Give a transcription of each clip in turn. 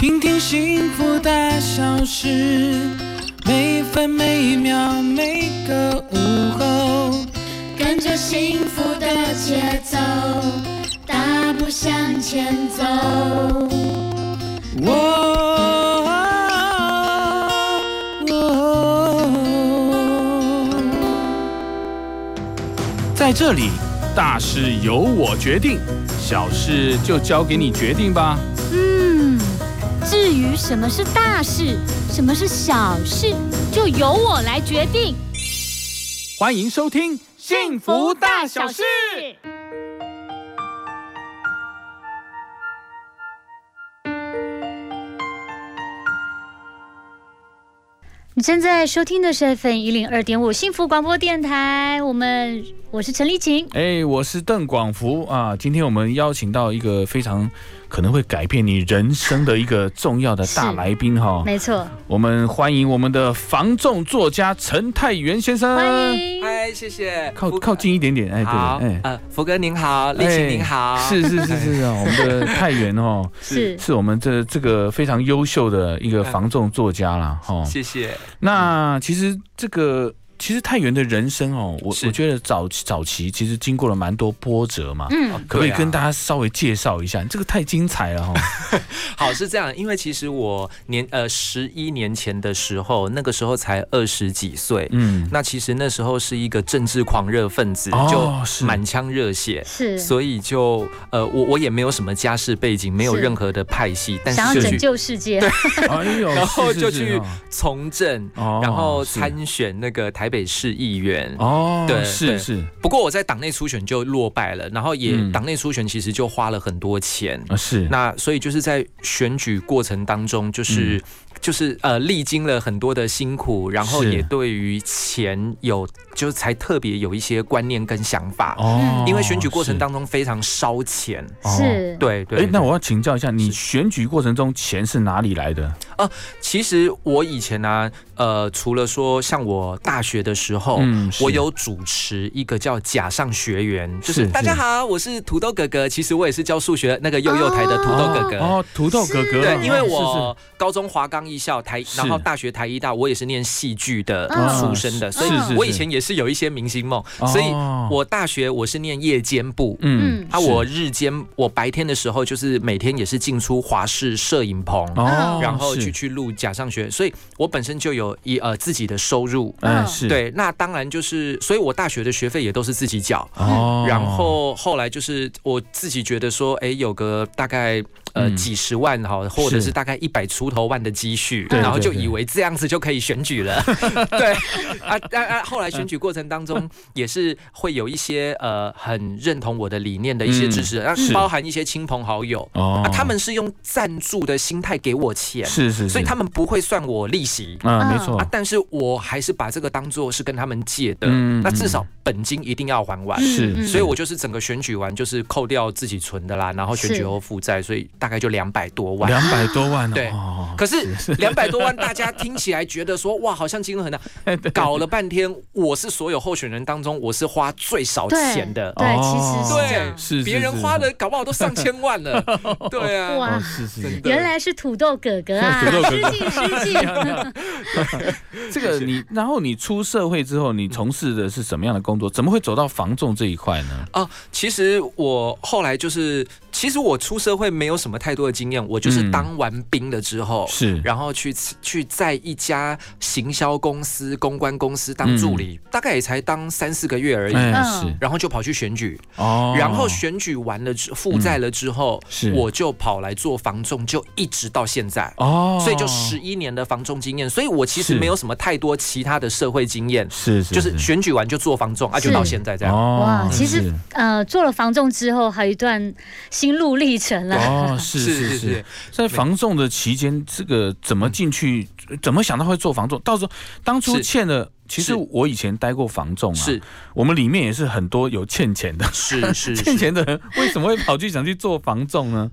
听听幸福大小事，每分每秒每个午后。跟着幸福的节奏，大步向前走。哦我哦我在这里，大事由我决定，小事就交给你决定吧。嗯，至于什么是大事，什么是小事，就由我来决定。欢迎收听《幸福大小事》。你正在收听的是 FM 一零二点五幸福广播电台，我们我是陈丽琴。哎，我是邓广福啊！今天我们邀请到一个非常可能会改变你人生的一个重要的大是来宾哈、没错，我们欢迎我们的防重作家陈泰元先生。欢迎。嗨，谢谢。靠福靠近一点点，哎，好，对，哎。呃，福哥您好，丽琴您好，哎是是是是啊，我们的太原哦，是是我们这这个非常优秀的一个防重作家啦，哈、哦。谢谢。那其实这个其实太原的人生哦，我是我觉得早期早期其实经过了蛮多波折嘛，嗯，可不可以对啊跟大家稍微介绍一下？这个太精彩了哈、 好，是这样，因为其实我年呃十一年前的时候，那个时候才二十几岁，嗯，那其实那时候是一个政治狂热分子，哦是就满腔热血。是所以就呃，我我也没有什么家世背景，没有是任何的派系，但想要是就拯去救世界， 哎呦，然后是就是去是从政，哦然后是参选那个台北市议员。哦，对是对是不过我在党内初选就落败了，然后也、嗯党内初选其实就花了很多钱。啊是，那所以就是在选举过程当中，就是、嗯就是呃历经了很多的辛苦，然后是也对于钱有就是才特别有一些观念跟想法，哦，因为选举过程是当中非常烧钱。哦是，对对哎，那对我要请教一下，你是选举过程中钱是哪里来的？其实我以前呢、呃，除了说像我大学的时候，嗯哦我是有主持一个叫假上学员，就是是大家是好，我是土豆哥哥。其实我也是教数学那个幼幼台的土豆哥哥。哦，土豆哥哥，对，因为哦我高中华冈艺校台，是然后大学台医大，我也是念戏剧的嗯出身的，是所以是是我以前也是有一些明星梦，是是所以哦我大学我是念夜间部。嗯嗯啊，是我日间我白天的时候就是每天也是进出华视摄影棚，哦，嗯然后是去去录假上学，所以我本身就有一呃自己的收入。嗯嗯是，对，那当然就是，所以我大学的学费也都是自己缴。哦，然后后来就是我自己觉得说，哎，有个大概呃、嗯几十万哈，或者是是大概一百出头万的积蓄，对然后对就对以为这样子就可以选举 了。对啊啊啊！后来选举过程当中也是会有一些呃很认同我的理念的一些支持人，啊嗯是包含一些亲朋好友哦啊，他们是用赞助的心态给我钱，是是，所以是他们不会算我利息。嗯没嗯错啊，，但是我还是把这个当做是跟他们借的，嗯那嗯至少本金一定要还完。是嗯所以我就是整个选举完，就是扣掉自己存的啦，然后选举是后负债，所以大概就两百多万。两百多万哦对哦，可是两百多万，大家听起来觉得说哇，好像金额很大，搞了半天，我是所有候选人当中，我是花最少对钱的，对，哦其实是这样对。是是别人是花了搞不好都上千万了，对啊，哇哦，是是真是，的原来是土豆哥哥啊， 土豆哥 失哥敬失敬。 这个你，然后你出社会之后，你从事的是什么样的工作？怎么会走到防重这一块呢？哦，其实我后来就是，其实我出社会没有什么太多的经验，我就是嗯当完兵了之后，是然后去去在一家行销公司、公关公司当助理，大概也才当三四个月而已。嗯哎嗯是然后就跑去选举，哦，嗯然后选举完了之负债了之后，是我就跑来做房仲，就一直到现在，哦，所以就十一年的房仲经验。所以我其实是没有什么太多其他的社会经验，是哦是就是选举完就做房仲啊，就是到现在这 样。哦哇，其实 是呃，做了房仲之后，还有一段心路历程啦。哦是是是，，在防重的期间，这个怎么进去？怎么想到会做防重？到时候当初是欠了。其实是我以前待过防重啊，是我们里面也是很多有欠钱的， 是是欠是，钱的 人为什么会跑去想去做防重呢？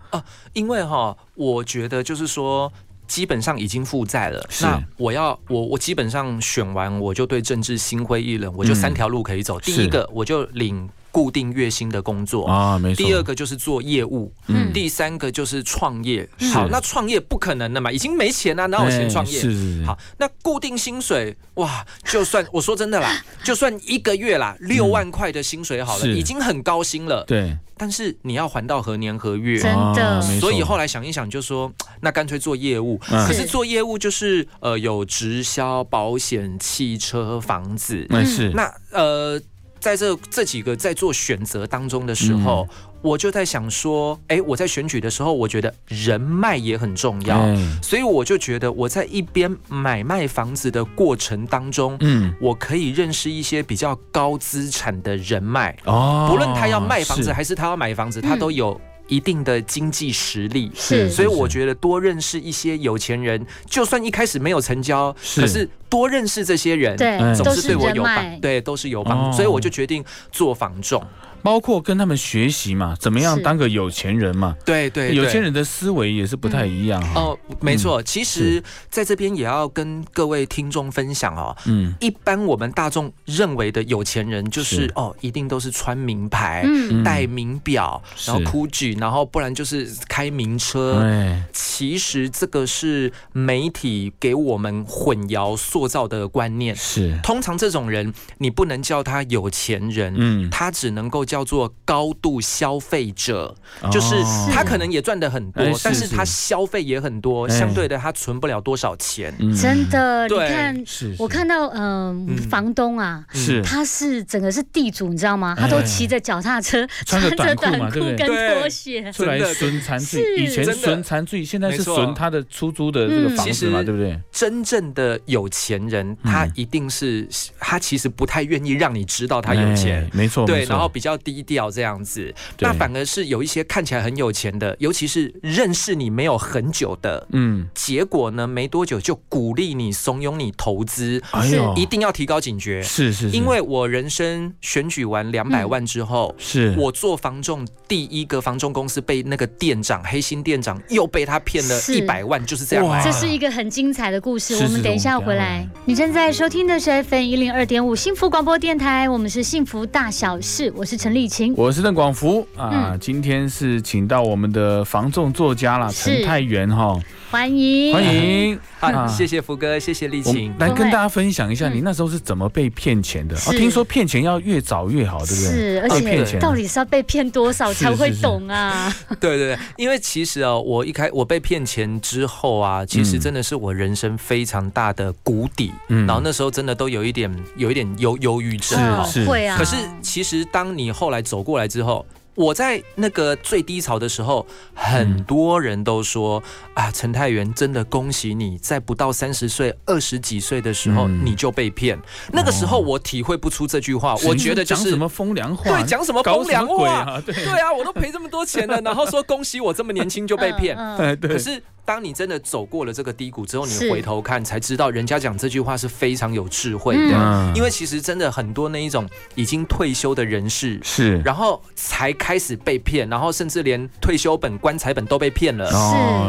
因为哈，我觉得就是说。基本上已经负债了，是那我要我我基本上选完，我就对政治心灰意冷，我就嗯三条路可以走。第是一个，我就领固定月薪的工作。啊，没错。第二个就是做业务，嗯第三个就是创业。是好，那创业不可能的嘛，已经没钱了、哪有钱创哎业？是是是，好，那固定薪水哇，就算 我说真的啦，就算一个月啦，六万块的薪水好了，是已经很高薪了。对，但是你要还到何年何月？真的啊没错所以后来想一想，就说那干脆做业嗯务。可是做业务就是呃有直销、保险、汽车、房子。那嗯是嗯那呃，在这这几个在做选择当中的时候，嗯我就在想说，哎，我在选举的时候，我觉得人脉也很重要。哎所以我就觉得我在一边买卖房子的过程当中，嗯我可以认识一些比较高资产的人脉，哦，不论他要卖房子是还是他要买房子，他嗯都有一定的经济实力。是所以我觉得多认识一些有钱人，就算一开始没有成交，是可是多认识这些人，对哎，总都是对我人有脉帮，，对，都是有帮。哦所以我就决定做房仲。包括跟他们学习嘛，怎么样是当个有钱人嘛，对对，有对些人的思维也是不太一样啊哈，哦，没错。其实在这边也要跟各位听众分享哦，嗯，一般我们大众认为的有钱人，就是是哦，一定都是穿名牌、嗯嗯戴名表，是然后 Gucci，然后不然就是开名车。哎，其实这个是媒体给我们混淆塑造的观念。是，通常这种人，你不能叫他有钱人。嗯，他只能够叫做高度消费者，就是哦他可能也赚的很多哎是，但是是他消费也很多，哎相对的他存不了多少钱。嗯真的，你对看，是，我是看到嗯嗯房东啊，是他是整个是地主，你知道吗？哎他都骑着脚踏车，穿着着短裤嘛短裤对不对跟对拖鞋。出来损残罪，是以前真的损残罪，现在是没错损他的出租的这个嗯房子嘛，其实对不对？真正的有钱人，嗯他一定是、他其实不太愿意让你知道他有钱。哎，没错，对，没错然后比较低调这样子，对那反而是有一些看起来很有钱的，尤其是认识你没有很久的，嗯，结果呢没多久就鼓励你、怂恿你投资，哎呦，一定要提高警觉。是是，是因为我人生选举完两百万之后，是我做房仲第一个房仲公司被那个店长黑心店长又被他骗了是一百万，就是这样哇来这的。是一个很精彩的故事，哎是是我们等一下我们回等一下来。你正在收听的是 FM 一零二点五幸福广播电台，我们是幸福大小事，我是陈丽琴。我是邓广福啊，嗯今天是请到我们的防重作家啦，是陈太元哈，欢迎，欢迎。啊，谢谢福哥，谢谢丽我琴们。来不会跟大家分享一下，嗯你那时候是怎么被骗钱的？是哦，听说骗钱要越早越好，对不对？是，而被哎骗且钱啊到底是要被骗多少是才会是是懂啊？ 对对对，因为其实啊，我一开我被骗钱之后啊，其实真的是我人生非常大的谷底，嗯然后那时候真的都有一点有一点忧忧郁症是哦是会啊。可是其实当你后来走过来之后。我在那个最低潮的时候，很多人都说、啊，陈太元真的恭喜你，在不到三十岁、二十几岁的时候、嗯哦你就被骗。那个时候我体会不出这句话，我觉得就讲是什么风凉话，对讲什么搞风什凉么鬼话，啊？对 对啊，我都赔这么多钱了，然后说恭喜我这么年轻就被 骗。嗯嗯哎 对可，是当你真的走过了这个低谷之后，是你回头看才知道，人家讲这句话是非常有智慧嗯的。嗯因为其实真的很多那一种已经退休的人士，啊是然后才开始被骗，然后甚至连退休本、棺材本都被骗嗯了。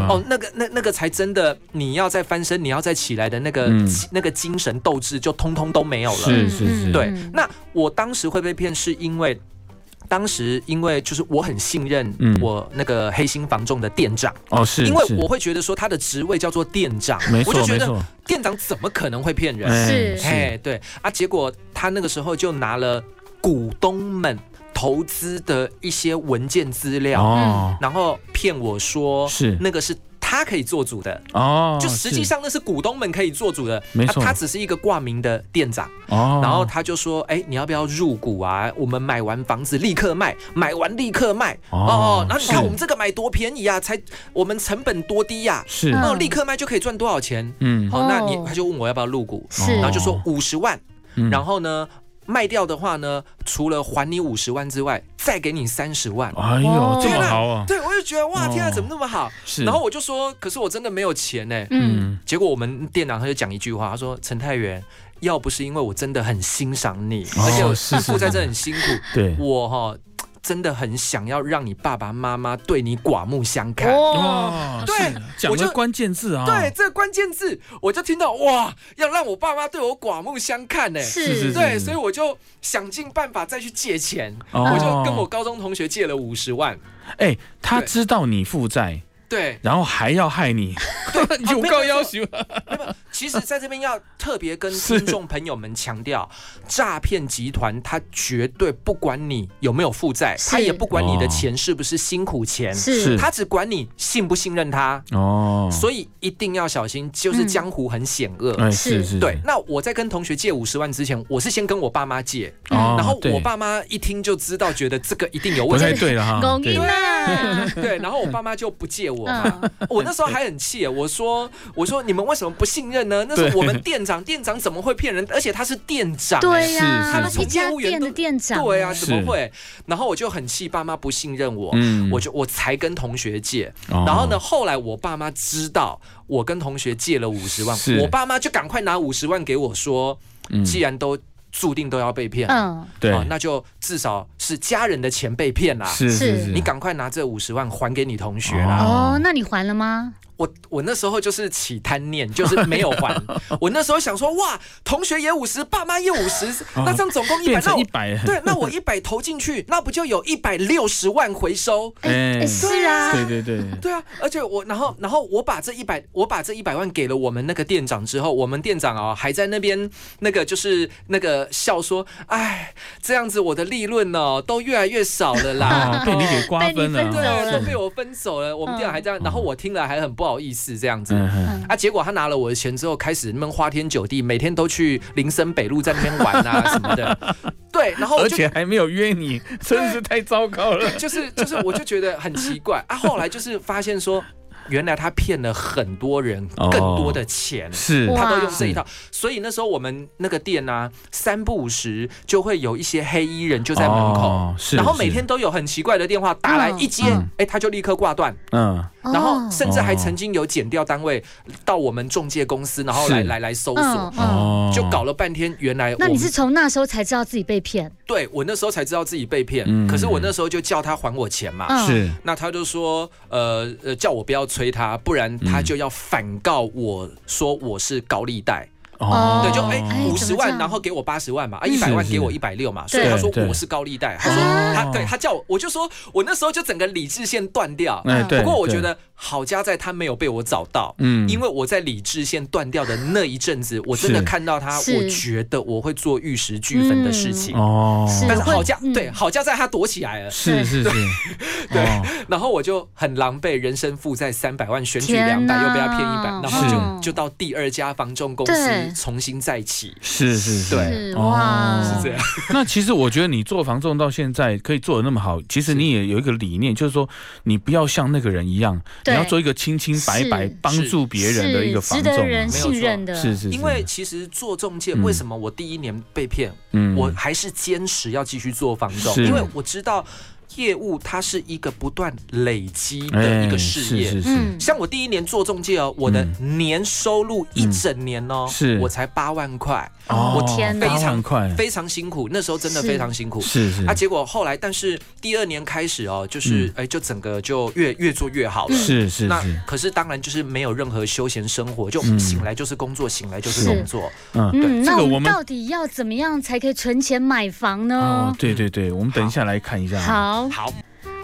哦，那个、那、那个才真的，你要再翻身，你要再起来的那个、嗯那个精神斗志，就通通都没有了。哎是是嗯是，对嗯，那我当时会被骗，是因为当时因为就是我很信任嗯我那个黑心房仲的店长，哦是，因为是我会觉得说他的职位叫做店长，没我错就觉没得错，店长怎么可能会骗人？哎是哎，对啊，结果他那个时候就拿了股东们投资的一些文件资料，哦然后骗我说是那个是他可以做主的。哦，就实际上那是股东们可以做主的，没错啊他只是一个挂名的店长，是哦，然后他就说：“哎、你要不要入股啊？我们买完房子立刻卖，买完立刻卖哦哦。然后你看是我们这个买多便宜啊，才我们成本多低呀、是嗯哦，立刻卖就可以赚多少钱？嗯好、那你哦他就问我要不要入股，是，然后就说五十万，哦嗯然后呢卖掉的话呢，除了还你五十万之外，再给你三十万。哎呦哇这天么啊好啊，对，我就觉得哇，天啊，哦怎么那么好？是，然后我就说，可是我真的没有钱呢、嗯，结果我们店长他就讲一句话，他说：“陈太元，要不是因为我真的很欣赏你，哦而且我是是负债真的很辛苦，对我哈、真的很想要让你爸爸妈妈对你刮目相看。哦，哦，对是讲我就了关键字啊，对，这个关键字，我就听到哇，要让我爸妈对我刮目相看呢。是是是是对，所以我就想尽办法再去借钱，哦我就跟我高中同学借了五十万。哎，他对知道你负债，对，然后还要害你， 有告要求，啊其实在这边要特别跟是听众朋友们强调，诈骗集团他绝对不管你有没有负债，是他也不管你的哦钱是不是辛苦钱，是是他只管你信不信任他。哦，所以一定要小心，就是江湖很险恶。哎是是是，对，那我在跟同学借五十万之前，我是先跟我爸妈借，哦然后对我爸妈一听就知道，觉得这个一定有不问太题。对了哈，公益对，嘛， 对，然后我爸妈就不借我嘛。 嗯，我那时候还很气耶，我说我说你们为什么不信任呢？那是对我们店长，店长怎么会骗人？而且他是店长，欸对呀，是他是是一家店的店长，对啊，哎怎么会？然后我就很气，爸妈不信任我，嗯我就我才跟同学借。哦然后呢，后来我爸妈知道我跟同学借了五十万是，我爸妈就赶快拿五十万给我说，嗯既然都注定都要被骗，嗯，对哦，那就至少是家人的钱被骗啦。是是是是，你赶快拿这五十万还给你同学哦啦！哦，那你还了吗？我我那时候就是起贪念，就是没有 还。我那时候想说，哇，同学也五十，爸妈也五十，那这样总共一哦变百，那成我一百，对，那我一百投进去，那不就有一百六十万回收？哎，哎哎是啊，对对对，对啊，而且我，然后，然后我把这一百，我把这一百万给了我们那个店长之后，我们店长啊、还在那边那个就是那个笑说，哎，这样子我的利润哦都越来越少了啦哦，，被你给瓜被你分分走了，啊对，啊了都被我分手了。我们店长还这样，然后我听了还很不好意思这样子。嗯哼，啊！结果他拿了我的钱之后，开始那边花天酒地，每天都去林森北路在那边玩啊什 么的。对，然后我而就且还没有约你，真是太糟糕了。就是就是，我就觉得很奇怪啊。后来就是发现说，原来他骗了很多人哦更多的钱。是哇他都用这一套，所以那时候我们那个店啊，三不五时就会有一些黑衣人就在门口，哦是然后每是天都有很奇怪的电话打来，嗯一接，哎、嗯他就立刻挂断，嗯，然后哦甚至还曾经有减掉单位到我们中介公司，然后来是来来搜索，嗯，哦就搞了半天，原来我那们你是从那时候才知道自己被骗？对我那时候才知道自己被骗，嗯可是我那时候就叫他还我钱嘛，嗯是那他就说，呃呃，叫我不要催他，不然他就要反告我说我是高利贷，哦对，就哎哎五怎十么这万，样然后给我八十万嘛，啊嗯一百万是给我一百六嘛，所对以他说对我是高利贷，他说啊他对他叫我，我就说我那时候就整个理智线断掉，哎对，不过我觉对，得好家在他没有被我找到。嗯因为我在理智线断掉的那一阵子，我真的是看到他，是我觉得我会做玉石俱焚的事情。哦是但是嗯会好家嗯对好家在他躲起来了，是是是， 对哦然后我就很狼狈，人生负债三百万，选举两天百，哪又被他骗一百，然后嗯就就到第二家房仲公对司重新再起。是是是，对是哦哇，是这样那其实我觉得你做房仲到现在可以做的那么好，其实你也有一个理念，就是说你不要像那个人一样，对你要做一个清清白白是帮助别人的一个是房值仲得啊人，没有错信任的，是是，因为其实做中介，嗯为什么我第一年被骗，嗯我还是坚持要继续做房仲，是因为我知道业务它是一个不断累积的哎一个事业。是是是，嗯，像我第一年做中介哦，我的年收入一整年哦，嗯是哎我才八万块，哦我天哪非常快，非常辛苦，那时候真的是非常辛苦。是是啊，结果后来，但是第二年开始哦，就是嗯哎、就整个就越越做越好了。是是那是，可是当然就是没有任何休闲生活，就嗯醒来就是工作，醒来就是是工作。嗯。嗯，这那个我我们们到底要怎么样才可以存钱买房哦呢，？对对对，我们等一下来看一下。，啊好，好，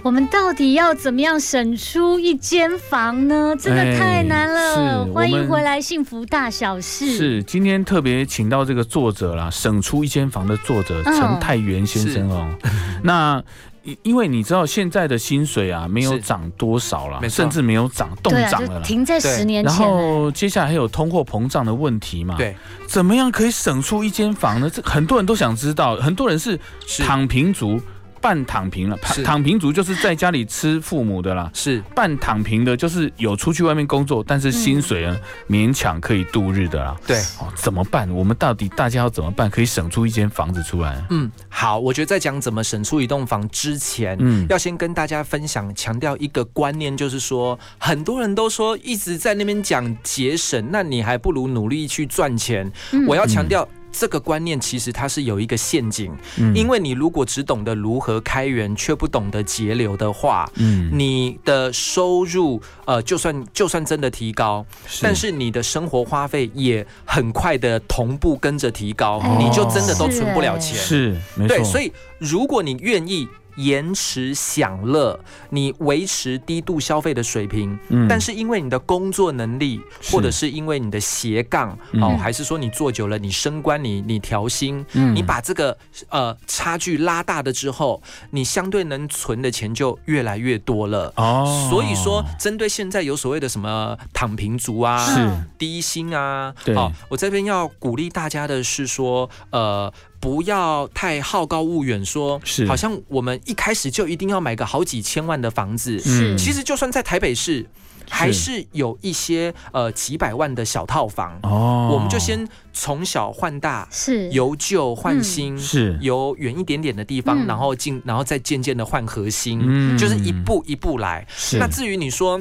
我们到底要怎么样省出一间房呢？真的哎太难了。是欢我迎们回来，幸福大小事。是今天特别请到这个作者啦，省出一间房的作者嗯陈泰元先生哦。 那因因为你知道现在的薪水啊，没有是涨多少啦，没错甚至没有涨，动对啊，涨了就啦。停在十年然前了。后接下来还有通货膨胀的问题嘛？，对，怎么样可以省出一间房呢？这很多人都想知道，很多人是是躺平族。半躺平了，躺是躺平族就是在家里吃父母的啦，是半躺平的就是有出去外面工作，但是薪水呢、勉强可以度日的啦。对。哦，怎么办？我们到底大家要怎么办，可以省出一间房子出来？嗯，好，我觉得在讲怎么省出一栋房之前，嗯，要先跟大家分享强调一个观念，就是说，很多人都说一直在那边讲节省，那你还不如努力去赚钱。嗯我要强调。这个观念其实它是有一个陷阱，嗯因为你如果只懂得如何开源，却不懂得节流的话，嗯，你的收入呃，就算就算真的提高，但是你的生活花费也很快的同步跟着提高，哦你就真的都存不了是钱。是没错，对，所以如果你愿意延迟享乐，你维持低度消费的水平，嗯但是因为你的工作能力，是或者是因为你的斜杠嗯哦，还是说你做久了，你升官，你你调薪，嗯你把这个呃差距拉大的之后，你相对能存的钱就越来越多了。哦，所以说，针对现在有所谓的什么躺平族啊，是低薪啊。对好、我这边要鼓励大家的是说，呃，不要太好高骛远说，是好像我们一开始就一定要买个好几千万的房子，嗯其实就算在台北市，还是有一些呃几百万的小套房，哦，我们就先从小换大，是由旧换新。嗯是由远一点点的地方，嗯然后进，然后再渐渐的换核心，嗯就是一步一步来。是那至于你说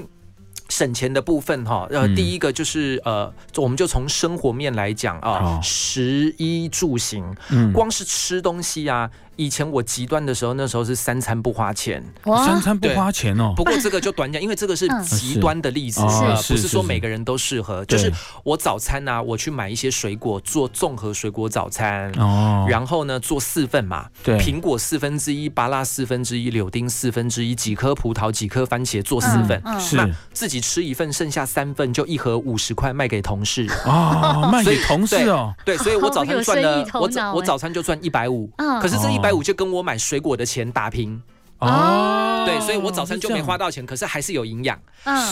省钱的部分哈，呃，嗯第一个就是呃，我们就从生活面来讲啊好，食衣住行，嗯光是吃东西啊，以前我极端的时候，那时候是三餐不花钱。三餐不花钱哦，不过这个就 短讲，因为这个是嗯极端的例子，是呃哦是不是是说是每个人都适合。就对是我早餐呢、啊，我去买一些水果做综合水果早餐。哦，然后呢，做四份嘛，对苹果四分之一，芭乐四分之一，柳丁四分之一，几颗葡萄，几颗番茄，做四份。嗯是那自己吃一份，剩下三份就一盒五十块卖给同事。哦，卖给同事哦，对，所以我早餐有赚生了意，头我早脑我哎早餐就赚一百五，嗯可是这哦一百五就跟我买水果的钱打平。哦，对，所以我早餐就没花到，到钱，可是还是有营养。嗯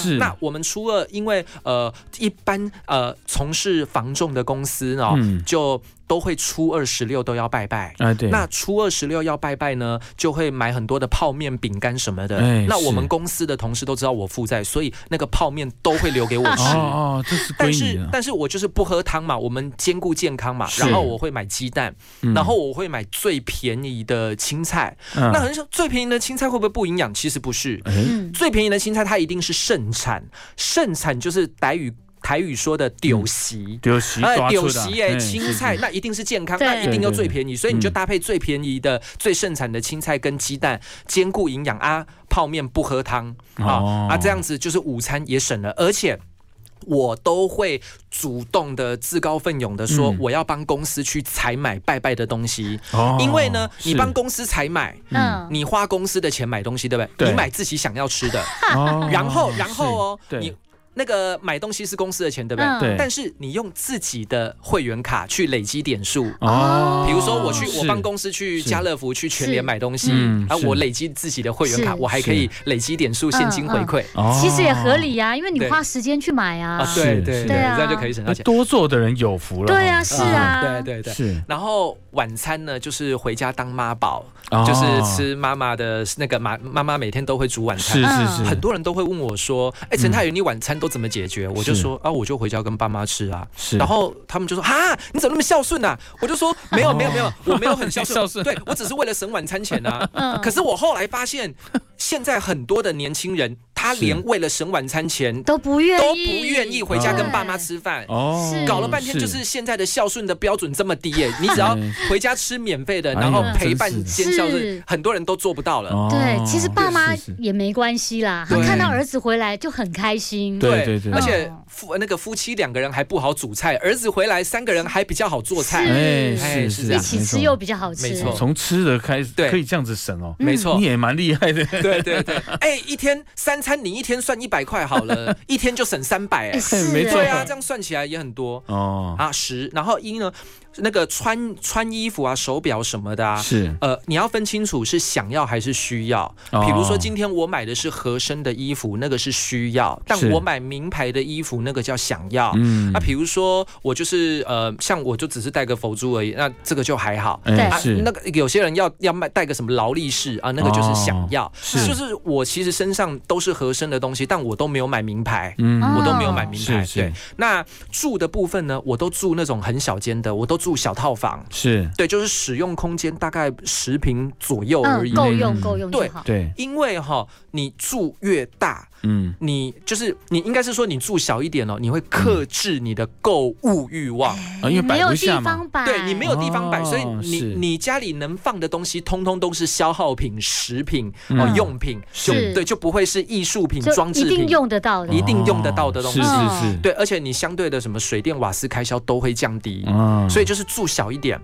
是那我们除了因为呃，一般呃从事房仲的公司哦，嗯就都会初二十六都要拜拜。啊对，那初二十六要拜拜呢，就会买很多的泡面、饼干什么的。哎那是我们公司的同事都知道我负债，所以那个泡面都会留给我吃。哦哦，这是归但你是的，但是我就是不喝汤嘛，我们兼顾健康嘛，是然后我会买鸡蛋，嗯然后我会买最便宜的青菜。那那很少最便宜的青菜会不会不营养？其实不是，哎嗯最便宜的青菜它一定是盛产，盛产就是台语台语说的丢席。丢席哎，抓丢出的席哎，哎青是菜是那一定是健康，对那一定对要对最便宜，所以你就嗯搭配最便宜的、最盛产的青菜跟鸡蛋，兼顾营养啊，泡面不喝汤哦啊啊，这样子就是午餐也省了，而且。我都会主动的、自告奋勇的说嗯，我要帮公司去采买拜拜的东西，哦因为呢，你是帮公司采买，嗯你花公司的钱买东西，对不对？对你买自己想要吃的，嗯哦 然后，是然后哦，对你那个买东西是公司的钱，对不对？嗯对但是你用自己的会员卡去累积点数。哦，比如说，我去是我帮公司去是家乐福去全联买东西是嗯，啊，是我累积自己的会员卡，是嗯我还可以累积点数现金回馈哦其实也合理呀、因为你对花时间去买啊啊，是对是对对啊这样就可以省到哎钱。多做的人有福了，哦嗯对啊，是啊，对对对。是，然后晚餐呢，就是回家当妈宝，哦就是吃妈妈的那个妈妈妈每天都会煮晚餐是，是嗯是，嗯很多人都会问我说：“哎、陈太宇，你晚餐都怎么解决？”我就说：“啊，我就回家跟爸妈吃啊。”是然后他们就说：“哈，你怎么那么孝顺啊？”我就说：“没有，没有，没有，我没有很孝顺，哦 孝顺对我只是为了省晚餐钱 啊。嗯可是我后来发现，现在很多的年轻人，他是连为了省晚餐钱都不愿意，都不愿意回家跟爸妈吃饭。哦是，搞了半天就是现在的孝顺的标准这么低耶、你只 要回家吃免费的，然后哎呀陪伴真是兼孝是顺，很多人都做不到了。哦对，其实爸妈是是也没关系啦，他对看到儿子回来就很开心。对对而且哦夫呃那个夫妻两个人还不好煮菜，儿子回来三个人还比较好做是菜，哎哎是是这是，一样起没吃错又比较好吃。没错从吃的开始，对可以这样子省哦，没错你。也蛮厉 害的，对对对，哎，一天三餐你一天算一百块好了，一天就省三百哎，哎，是没错对啊，这样算起来也很多哦，啊。十，然后一呢，那个穿穿衣服啊、手表什么的啊，是呃，你要分清楚是想要还是需要。哦比如说，今天我买的是合身的衣服，那个是需要；但是我买名牌的衣服，那个叫想要。嗯那、比如说，我就是呃，像我就只是戴个佛珠而已，那这个就还好。啊哎对是那个有些人要要卖戴个什么劳力士啊，那个就是想要，嗯是就是我其实身上都是合身的东西，但我都没有买名牌。嗯哦我都没有买名牌，是是对。那住的部分呢，我都住那种很小间的，我都住小套房，是对，就是使用空间大概十平左右而嗯，已。够嗯用够用就对好。对因为哈，你住越大，嗯，你就是你应该是说你住小一点哦，你会克制你的购物欲望，啊，因为没摆有不地下嘛方，摆，对你没有地方摆，哦所以你是你家里能放的东西，通通都是消耗品、食品、哦嗯用品，就是对，就不会是艺术品、就装一置定品。用得到的一。定用得到的东西是是嗯是，对，而且你相对的什么水电、瓦斯开销都会降低，啊，所以以就是住小一点。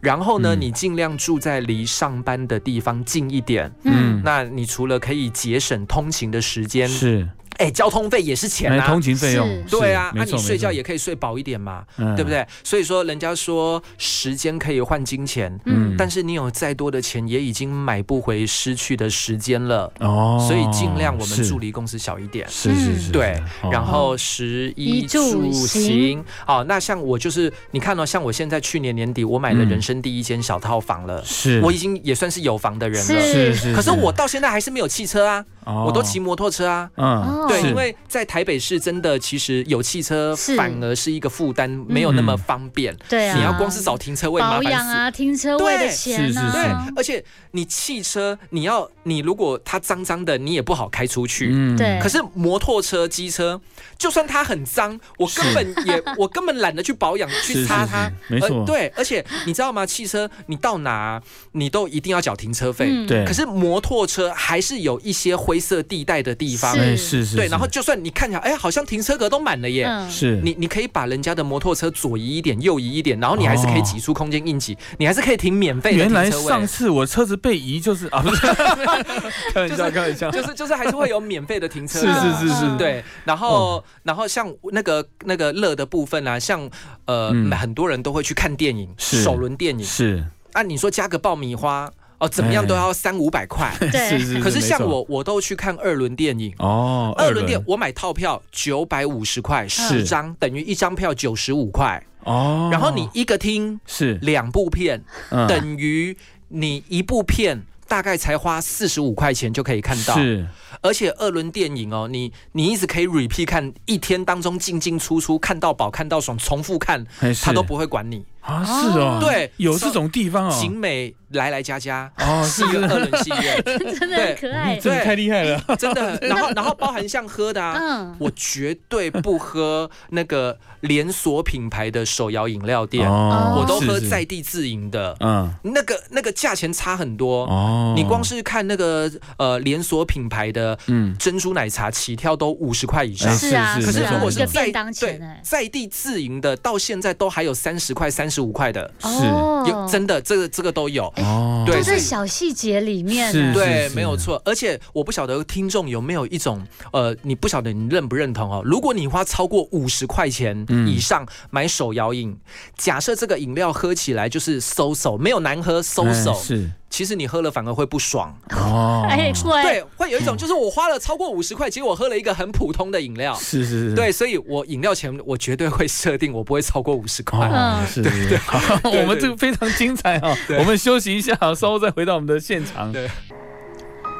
然后呢，嗯你尽量住在离上班的地方近一点。嗯，那你除了可以节省通勤的时间，是，哎，交通费也是钱哎，啊通。勤费用是，是对啊，那、没错你睡觉，也没可以睡饱一点嘛，错嗯对不对？所以说，人家说时间可以换金钱，嗯但是你有再多的钱，也已经买不回失去的时间了。哦，所以尽量我们是住离公司小一点。是是是，对是，哦然后十衣一住住行行，好，那像我就是，你看哦，像我现在去年年底我买了嗯人生第一间小套房了，是我已经也算是有房的人是了。是是，可是我到现在还是没有汽车啊，哦我都骑摩托车啊。哦嗯，对，是因为在台北市真的，其实有汽车是反而是一个负担，没有那么嗯方便。对啊，你要光是找停车位麻保烦养死。啊、停车位的钱是是啊对，，而且你汽车，你要你如果它脏脏的，你也不好开出去。嗯对可是摩托车、机车，就算它很脏，我根本也 我根本懒得去保养、去擦它。是是是没错呃对，而且你知道吗？汽车你到哪你都一定要缴停车费。嗯对，可是摩托车还是有一些灰色地带的地方是，哎是是，啊对。是然后就算你看起来，哎，好像停车格都满了耶。嗯是你你可以把人家的摩托车左移一点，右移一点，然后你还是可以挤出空间硬挤，你还是可以停免费的嗯原停来车位。上次我车子被移就是啊，不是，开玩笑，开玩笑， 就是就是还是会有免费的停车是位 啊，是是是，哦嗯对，然后、然后像那个那个乐的部分啊，像呃、嗯很多人都会去看电影，是首轮电影是啊，你说加个爆米花哦，怎么样都要三五百块。是对，哎 是，可是没像错我，我都去看二轮电影。哦，嗯二轮电我买套票九百五十块，十张等于一张票九十五块。哦，然后你一个厅是两部片，嗯等于你一部片大概才花四十五块钱就可以看到。是而且二轮电影哦，你你一直可以 repeat 看，一天当中进进出出看到饱看到爽，重复看，还哎是他都不会管你。啊是哦，对有这种地方景哦，美来来家家哦是一个二轮戏院，真的很可爱你。真的太厉害了，真 的。然后然后包含像喝的啊。嗯，我绝对不喝那个连锁品牌的手摇饮料店，哦我都喝是是在地自营的，嗯那个那个价钱差很多。哦，你光是看那个呃连锁品牌的嗯珍珠奶茶起跳都五十块以上哎，是啊，是可是是啊如果一是个在便当对钱哎，在地自营的，到现在都还有三十块、三十五块的，是有真的这个这个都有。哎哦都对所哎哦在以小细节里面啊是呢。对是，是没有错。而且我不晓得听众有没有一种，呃，你不晓得你认不认同哦。如果你花超过五十块钱嗯以上买手摇饮，假设这个饮料喝起来就是馊手，没有难喝馊哎手，是其实你喝了反而会不爽。哦， 哎，对，对，会有一种就是我花了超过五十块，结果喝了一个很普通的饮料。是是是，对，所以我饮料钱我绝对会设定我不会超过五十块。哦嗯，是是是，好，对我们这个非常精彩啊！对我们休息一下，稍后再回到我们的现场。对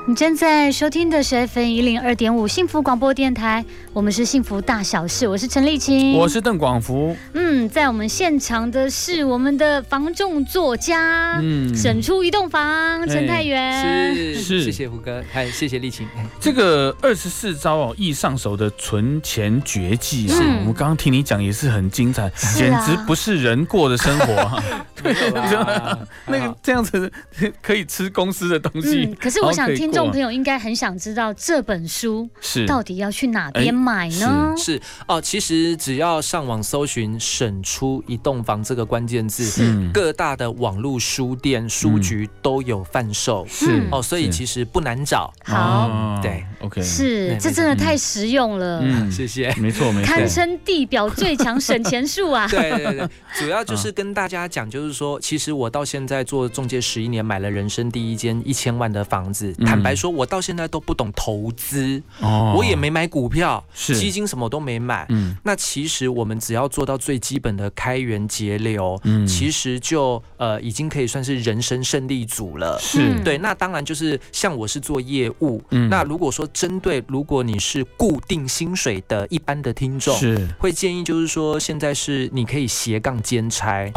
你正在收听的是 FM 一零二点五幸福广播电台，我们是幸福大小事，我是陈丽琴，我是邓广福，嗯，在我们现场的是我们的房仲作家，嗯哎沈出一栋房，陈太元，是是谢谢胡哥，还谢谢丽琴。哎 这个二十四招哦，易上手的存钱绝技啊，是我们刚刚听你讲也是很精彩，嗯是简啊直不是人过的生活 啊！对吧？那个这样子 可以吃公司的东嗯西，，可是我然后想可以听过嗯众朋友应该很想知道这本书是到底要去哪边哎买呢？是哦，其实只要上网搜寻“省出一栋房”这个关键字，嗯各大的网络书店、书局都有贩售是哦，所是以其实不难找。好，嗯哦对，OK，是嗯这真的太实用了，嗯谢 谢。！没错没错，堪称地表最强省钱术 啊对对对，主要啊就是跟大家讲，就是说，其实我到现在做中介十一年，买了人生第一间一千万的房子。嗯坦白说，我到现在都不懂投资，哦我也没买股票，是基金什么都没买。嗯那其实我们只要做到最基本的开源节流，嗯其实就呃已经可以算是人生胜利组了。是嗯对，那当然就是像我是做业务，嗯那如果说针对如果你是固定薪水的一般的听众，是会建议就是说，现在是你可以斜杠兼差，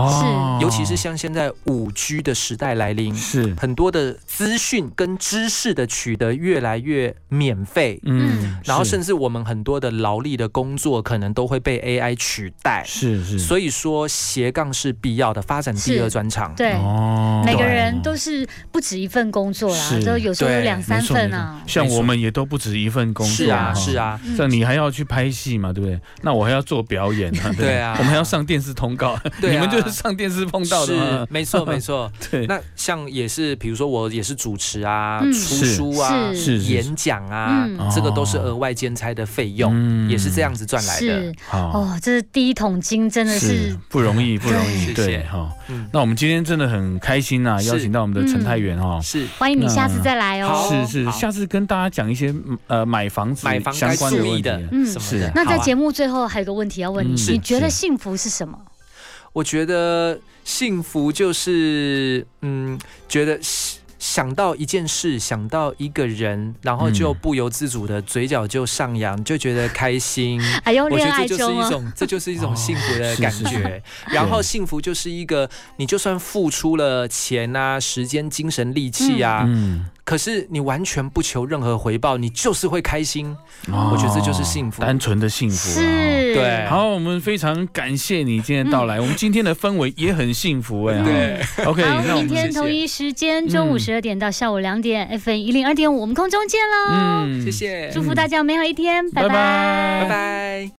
尤其是像现在五 G 的时代来临，哦是，很多的资讯跟知识的取得越来越免费，嗯嗯，然后是甚至我们很多的劳力的工作可能都会被 AI 取代，是是，所以说斜杠是必要的，发展第是二专长。对，哦每个人都是不止一份工作啦是，都有时候有对两三份啊嗯没错没错。像没错我们也都不止一份工作，是哈啊，是。啊，像你还要去拍戏嘛，对不对？那我还要做表演 啊，不对啊我们还要上电视通告， 对啊你们就是上电视碰到的是嘛，没错没错。 对，那像也是，比如说我也是主持啊、嗯出书啊、是是是演讲啊，嗯哦这个都是额外兼差的费用，嗯也是这样子赚来的是。好，哦，这是第一桶金，真的是不容易，不容易，对谢对谢哈嗯。那我们今天真的很开心呐，是邀请到我们的陈太元哈。是欢迎你下次再来好哦。是是，嗯好下次跟大家讲一些嗯呃买房子买房相该关的注问意题的，嗯什么是的。那在好啊节目最后还有个问题要问你，嗯你是觉得是幸福是什么？我觉得幸福就是，嗯，觉得想想到一件事，想到一个人，然后就嗯不由自主的嘴角就上扬，就觉得开心。哎呦，我觉恋得爱这就是中一哦，种， 这就是一哦种幸福的是感是觉。是然后对幸福就是一个，你就算付出了钱啊、时间、精神、力气啊，嗯，可是你完全不求任何回报，你就是会开心。哦我觉得这就是幸福单纯的幸福啊啦。哈是，对好，我们非常感谢你今天的到来，我们今天的氛围也很幸福哎、对哈 OK，好，那我明们天谢谢同一时间中午嗯十二点到下午两点，FM 一零二点五，我们空中见喽！嗯谢谢，祝福大家有美好一天，拜拜拜拜。